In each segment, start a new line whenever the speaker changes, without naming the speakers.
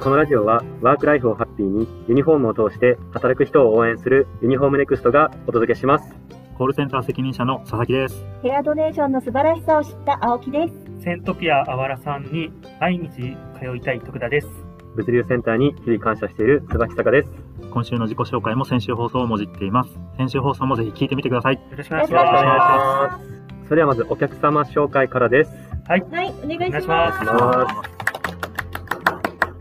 このラジオはワークライフをハッピーにユニフォームを通して働く人を応援するユニフォームネクストがお届けします。
コールセンター責任者の佐々木です。
ヘアドネーションの素晴らしさを知った青木です。
セントピアあわらさんに毎日通いたい徳田です。
物流センターに日々感謝している椿坂です。
今週の自己紹介も先週放送をもじっています。先週放送もぜひ聞いてみてください。
よろしくお願いし
よろしくお願いし
ま
それではまずお客様紹介からです。
はい、お願いし
お願
ま
い
す。
し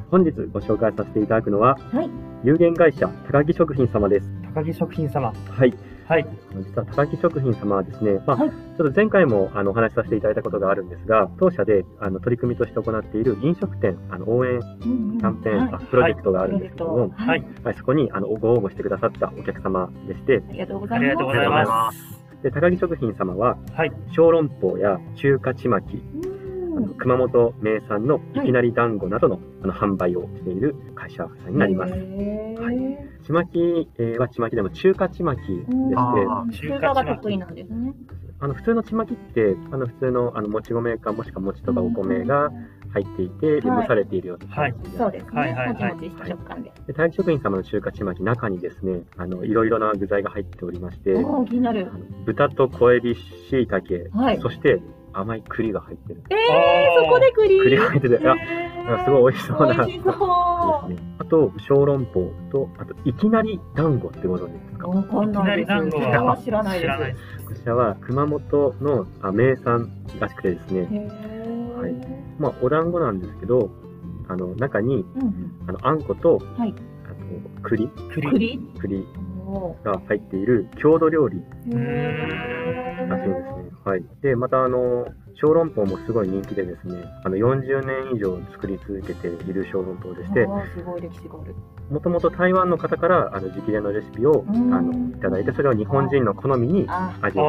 本日ご紹介させていただくのは、
はい
有限会社高木食品様です。
す。高木食品様。
はい。
はい。
実は高木食品様はですね、まあ、
はい
ちょっと前回もあのお話しさせていただいたことがあるんですが、当社であの取り組みとして行っている飲食店あの応援
うんうん
キャンペーン、
はい
あプロジェクトがあるんですけども、
は
はいい。
はい、そこにあのご応募してくださったお客様でして
ありがとうござ
あ
い
り
ます。
がとうございます
で高木食品様は
す。はい。
小籠包や中華ちまきあの熊本名産のいきなり団子などの,、あの販売をしている会社さんになります、ちまきえーはちまきでも中華ちまきでして
あー
す。中華が得意なんですね。
あの普通のちまきってあの普通のあのもち米かもしくはもちとかお米が入っていて、で
はい
蒸されているような
はい
感じで
そうですね。
はいはい
も
は
ちもち
い
した食感で。
で大気食品様の中華ちまき中にですねあのいろいろな具材が入っておりまして
おお、気になる
あ。の豚と小エビしいたけ
はい。
そして甘い栗が入ってる
ええ、そこで栗。
栗が入っててあなんかすごい美味しそうな
美味しそう。
ですねあと小籠包とあといきなり団子ってご存知ですか
わかんないです。
いきなり団子
そ
は
れは知らない
知
で
らない
す。
で
こ
す。
ちらは熊本のあ名産らしくてですね、
へー
はいまあ、お団子なんですけどあの中に
うん
あのあんこと、
は
あ
い
と栗
栗。
栗。
栗
おー
が入っている郷土料理
へー
らしいですね。はい、でまたあの小籠包もすごい人気でですねあの40年以上作り続けている小籠包でして
あーすごい歴史がある。
もともと台湾の方からあの直伝のレシピをあ
うん
のいただいてそれを日本人の好みに
あ
味を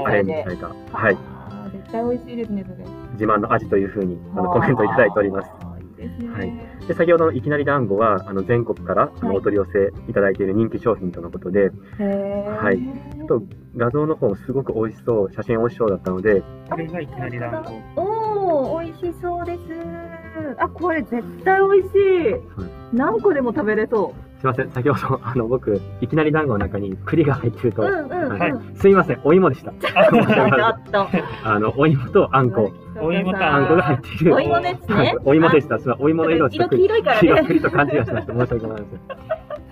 お
ア
あ
ー
れ
レンジされた、はい、
あー絶対美味しいですね、それ。
自慢の味というふうにあのコメントいただいております。
あー。いいですね。
はいで先ほどのいきなり団子はあの全国からあ
は
の
い
お取り寄せいただいている人気商品とのことで、
へー
はいちょっと画像の方もすごく美味しそう写真美味しそうだったので
これがいきなり団子。
おお、美味しそうです。あ、これ絶対美味しい。何個でも食べれそ
すいません先ほどあの僕いきなり団子の中に栗が入ってる
う。
と、
うんうんうん。
はいすいませんお芋 でした
ちょっと。
あのお芋とあんこ
お芋と
あんこが入
っ
っている
お芋です
は
ね
い。お芋でしたすいませんお芋の色をちょっと
色黄色いからね
黄色栗と勘違いしました申し訳ございません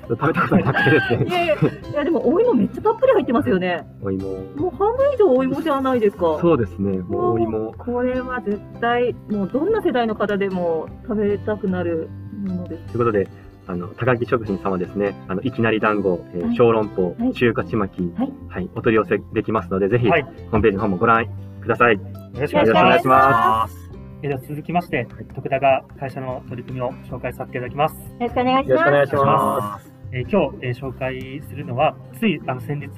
食べたことなくてです
い
ね
やいやいやでもお芋めっちゃたっぷり入ってますよね。
お芋
もう半分以上お芋じゃないですか。
そうですねもうお芋
これは絶対もうどんな世代の方でも食べたくなるものです。
ということで、あの高木食品様ですね、あのいきなり団子、えー
はい
小籠包、
はい
中華ちまき、
はい
お取り寄せできますので、ぜひ、
はい
ホームページの方もご覧ください。
よろしく
よろしくお
お
願
願
い
い
し
し
ま
ます。えでは続きまして、徳田が会社の取り組みを紹介させていただきます。
よろしくお願い
す。よろしくお願いしま
えー今日、えー紹介するのは、ついあの先日、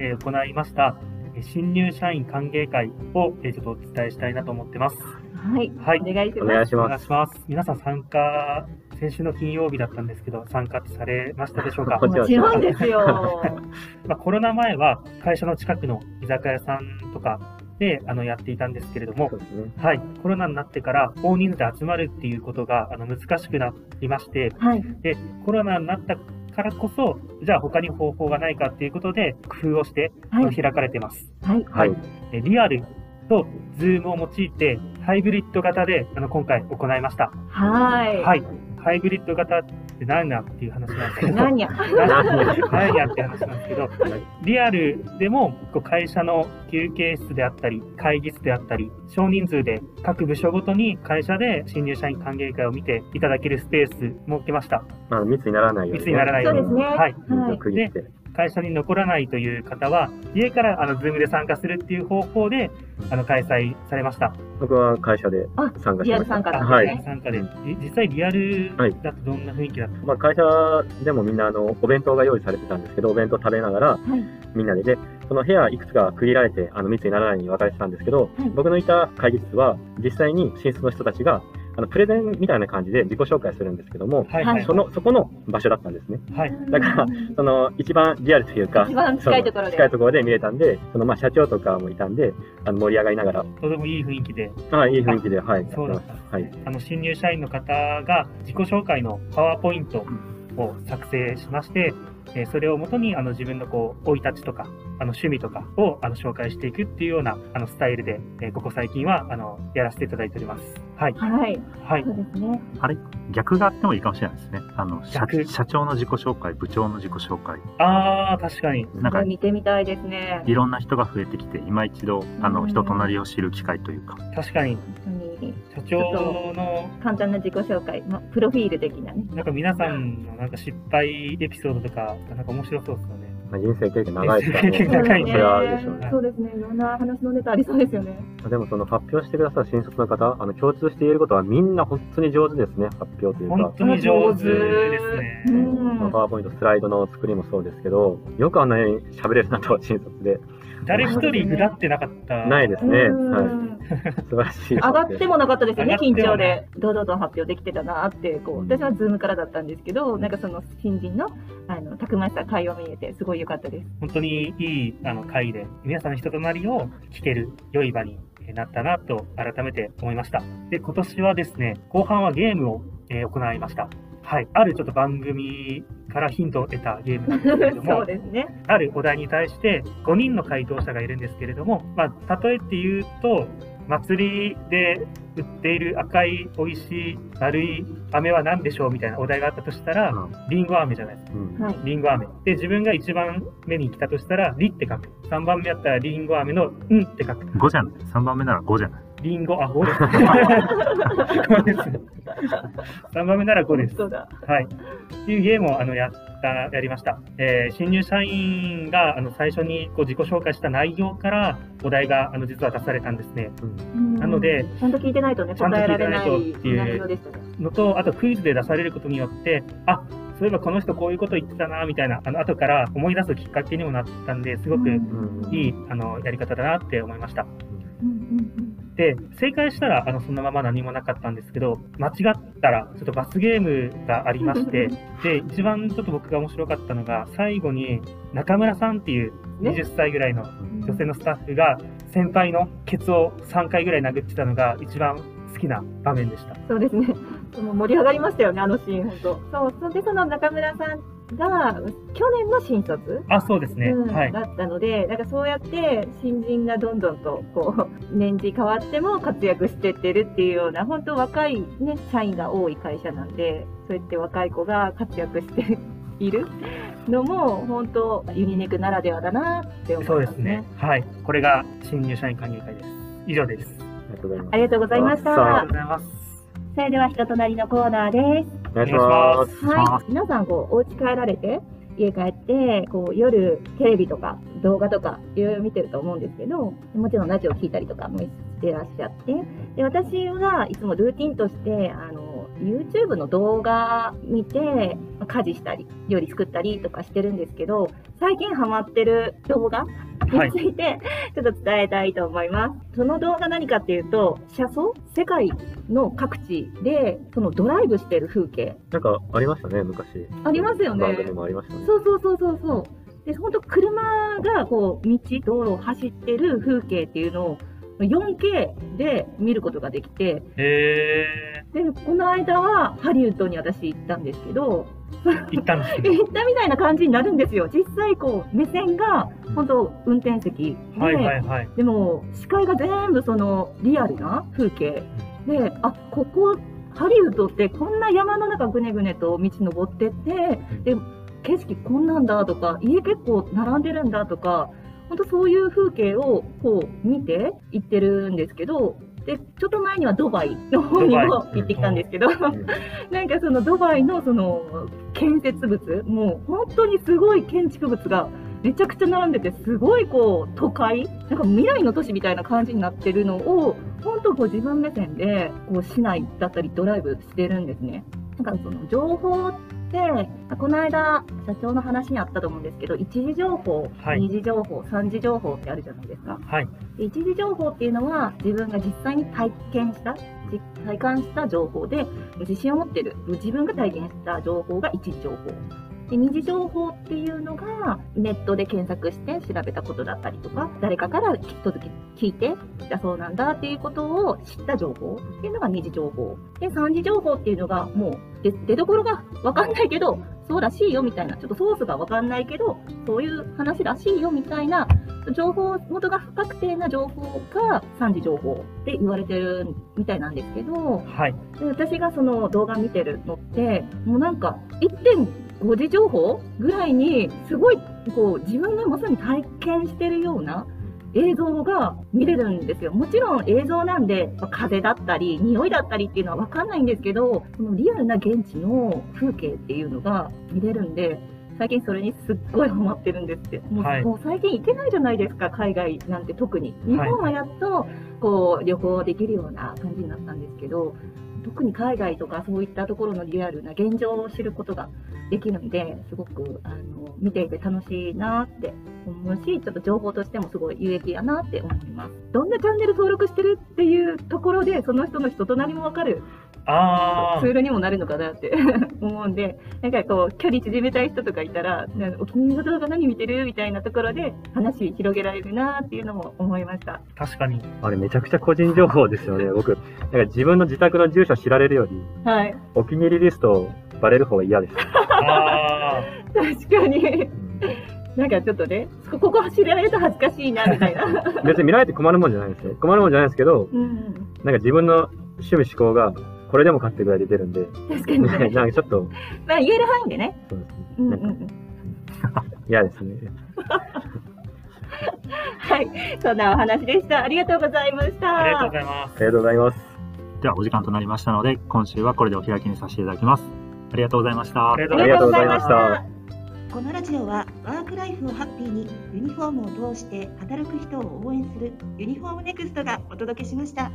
えー行いました、えー新入社員歓迎会を、えーちょっとお伝えしたいなと思ってます。
はい。
はい。
お願いし
す。お
ま
願い
す。
し
お
ま
願い
す。
します。皆さん参加、先週の金曜日だったんですけど、参加されましたでしょう か
こ。
もちろんですよ。
まあ、コロナ前は会社の近くの居酒屋さんとかであのやっていたんですけれども
そう、ですね。
はい、コロナになってから大人数で集まるっていうことがあの難しくなりまして、
はい。
で、コロナになったからこそ、じゃあ他に方法がないかっていうことで工夫をしてあ
は
の
い。
開かれてます。
はい。
はい。
えリアルとズームを用いてハイブリッド型であの今回行いました。
はい。
はい。ハイブリッド型って何やっていう話なんですけど。
何 や。
何やって話なんですけど、リアルでもこう会社の休憩室であったり、会議室であったり、少人数で各部署ごとに会社で新入社員歓迎会を見ていただけるスペース設けました。
まあ、密にならないように、
密にならないように。
そうですね
はい。
うん区切って。
会社に残らないという方は、家からあの Zoom で参加するっていう方法であの開催されました。
僕は会社で
あ
参加し
リア
ま
ル
し
参
た。
加だった
は
ん
い。
ですね。
参加で。え実際リアルだとどんな雰囲気だった
まあ、会社でもみんなあのお弁当が用意されてたんですけど、お弁当食べながら、
い
みんなでで、その部屋いくつか区切られて、あの密にならないように分かれてたんですけど、
はい
僕のいた会議室は、実際に寝室の人たちが、あのプレゼンみたいな感じで自己紹介するんですけども、
はいはい
その、そこの場所だったんですね。
はい。
だからその、一番リアルというか、
一番近いところで
そう近いところで見れたんで、その、まあ、社長とかもいたんで、あの、盛り上がりながら、
とてもいい雰囲気で、
はい、いい雰囲気で、はい、やって
そうだ
ま
っ
した
んですね
た。はい。
あの新入社員の方が自己紹介のパワーポイントを作成しまして、えーそれをもとにあの自分のこう生い立ちとかあの趣味とかをあの紹介していくっていうようなあのスタイルで、えーここ最近はあのやらせていただいております。はい、
はい、
はい
そ、うですね。
逆があってもいいかもしれないですね。あの、社
逆
社長の自己紹介、部長の自己紹介。
ああ確かに
なんか、
見てみたいですね。
いろんな人が増えてきて、今一度、あの、人となりを知る機会というか。
確かに
本当に
社長の
簡単な自己紹介、まあ、プロフィール的なね。
なんか皆さんのなんか失敗エピソードとかなんか面白そうですよね。
まあ、人生経験長いですから
人生経験
ね。
長い
それはあるでしょうね。
そうですね。いろんな話のネタありそうですよね。
でもその発表してくださる新卒の方、あの共通して言えることはみんな本当に上手ですね、発表という
本
か。
当に上手ですね。
うん
まあパワーポイント、スライドの作りもそうですけど、よくあんなに喋れるなと、新卒で。
誰一人ぐだってなかった。
ないですね。
うん
はい。素晴らしい。
上がってもなかったですよね、
上
緊
がっても
張
ね
で。堂々と発表できてたなって、こう、
うん
私はズームからだったんですけど、なんかその新人の、あの、たくましさ、会話見えて、すごい良か ったです。
本当にいいあの会で皆さんの人となりを聞ける良い場になったなと改めて思いましたで今年はですね後半はゲームを、えー行いましたはいあるちょっと番組からヒントを得たゲームなんですけれど
そ
も
うですね。
あるお題に対して5人の回答者がいるんですけれども、まあ、例えて言うと祭りで売っている赤い美味しい丸い飴は何でしょうみたいなお題があったとしたら、
うん
リンゴ飴じゃないですか
うん
はい。
リンゴ飴。で、自分が一番目に来たとしたら、リって書く。3番目だったら、リンゴ飴の、んって書く。
5じゃない ?3 番目なら5じゃない
リンゴ、あ、5です。5です。3番目なら5です。
そうだ。
はい。っていうゲームをあのやった、やりました。えー新入社員があの最初にこう自己紹介した内容から、お題があの実は出されたんですね。
な
なので、
ちゃんと聞いてないとね、
ちゃんと
答えられな
聞いてないとってい
いう内容でしたね。
のと、あとクイズで出されることによって、あそういえばこの人こういうこと言ってたな、みたいな、あの後から思い出すきっかけにもなったんで、すごく
うん
うん
いいあのやり方だなって思いました。
うんうん
で正解したらあのそのまま何もなかったんですけど間違ったらちょっと罰ゲームがありましてで一番ちょっと僕が面白かったのが最後に中村さんっていう
ね
20歳ぐらいの
うん
女性のスタッフが先輩のケツを3回ぐらい殴ってたのが一番好きな場面でした。
そうですね。もう盛り上がりましたよね、あのシーン、本当。そう、それでその中村さんが、去年の新卒、
あそうですね、
うん
はい
だったので、なんかそうやって新人がどんどんと、こう、年次変わっても活躍してってるっていうような、本当若いね、社員が多い会社なんで、そうやって若い子が活躍しているのも、本当、ユニネクならではだなって思います、ね。
そうですね。はいこれが新入社員歓迎会です以上です
ありがとうございます
あ。りがとうござい
さ
ました
ありがとうご。ざいます
それでは人となりのコーナーです。
お願いします。
はい、皆さんこうお家帰られて家帰ってこう夜テレビとか動画とかいろいろ見てると思うんですけどもちろんラジオ聞いたりとかもしてらっしゃってで私はいつもルーティンとしてあの YouTube の動画見て家事したり料理作ったりとかしてるんですけど最近ハマってる動画
はい
について、ちょっと伝えたいと思います。その動画何かっていうと車窓世界の各地でそのドライブしてる風景
なんかありましたね、昔。
ありますよね
番組もありましたね。
そうそうそうそうそう。で、本当車がこう道道路を走ってる風景っていうのを 4K で見ることができて、
え
でこの間はハリウッドに私行ったんですけど、
ー、行ったんです
で
ね
行ったみたいな感じになるんですよ。実際こう目線が本当運転席で、
はいはいはい
でも視界が全部そのリアルな風景であここハリウッドってこんな山の中ぐねぐねと道登ってってで景色こんなんだとか家結構並んでるんだとか本当そういう風景をこう見て行ってるんですけどでちょっと前にはドバイの方に
ド
も行ってきたんですけど、
うん
なんかそのドバイのその建設物もう本当にすごい建築物がめちゃくちゃ並んでてすごいこう都会なんか未来の都市みたいな感じになってるのを本当こう自分目線でこう市内だったりドライブしてるんですね。なんかその情報ってあこの間社長の話にあったと思うんですけど一次情報、
はい
二次情報三次情報ってあるじゃないですか
はい。
で一次情報っていうのは自分が実際に体験した実体感した情報で自信を持ってる自分が体験した情報が一次情報で二次情報っていうのがネットで検索して調べたことだったりとか誰かからきっと聞いてだそうなんだっていうことを知った情報っていうのが二次情報で三次情報っていうのがもう出出どころが分かんないけどそうらしいよみたいなちょっとソースが分かんないけどそういう話らしいよみたいな情報元が不確定な情報が三次情報って言われてるみたいなんですけど
はい。
で私がその動画見てるのってもうなんか1.5次情報ぐらいにすごいこう自分がまさに体験してるような映像が見れるんですよもちろん映像なんでまあ風だったり匂いだったりっていうのは分かんないんですけどそのリアルな現地の風景っていうのが見れるんで最近それにすっごいハマってるんですってもう,、
はい
もう最近行けないじゃないですか海外なんて特に日本はやっとこう旅行できるような感じになったんですけど特に海外とかそういったところのリアルな現状を知ることができるんですごくあの見ていて楽しいなって思うしちょっと情報としてもすごい有益だなって思いますどんなチャンネル登録してるっていうところでその人の人となりも分かる
ああ
ツ。ールにもなるのかなって 思うんでなんかこう距離縮めたい人とかいたらなんかお気に入りの動画何見てるみたいなところで話広げられるなっていうのも思いました
確かに。
あれめちゃくちゃ個人情報ですよね、僕。なんか自分の自宅の住所知られるより、
はい
お気に入りリストバレる方が 嫌です。
ああ。
確かになんかちょっとねここ走られると恥ずかしいなみたいな
別に見られて困るもんじゃないですよ。困るもんじゃないですけど、
うん
なんか自分の趣味思考がこれでもかってぐらい出てるんで、
確かに
なんかちょっと、
まあ言える範囲でね
そうですね
うんう
なん
んう
か
ん
嫌ですね。
はい、そんなお話でした。ありがとうございました。
ありがとうございます。
ありがとうございます。
ではお時間となりましたので、今週はこれでお開きにさせていただきます。ありがとうございました。
ありがとうございました
ありがとうございました。
このラジオはワークライフをハッピーにユニフォームを通して働く人を応援するユニフォームネクストがお届けしました。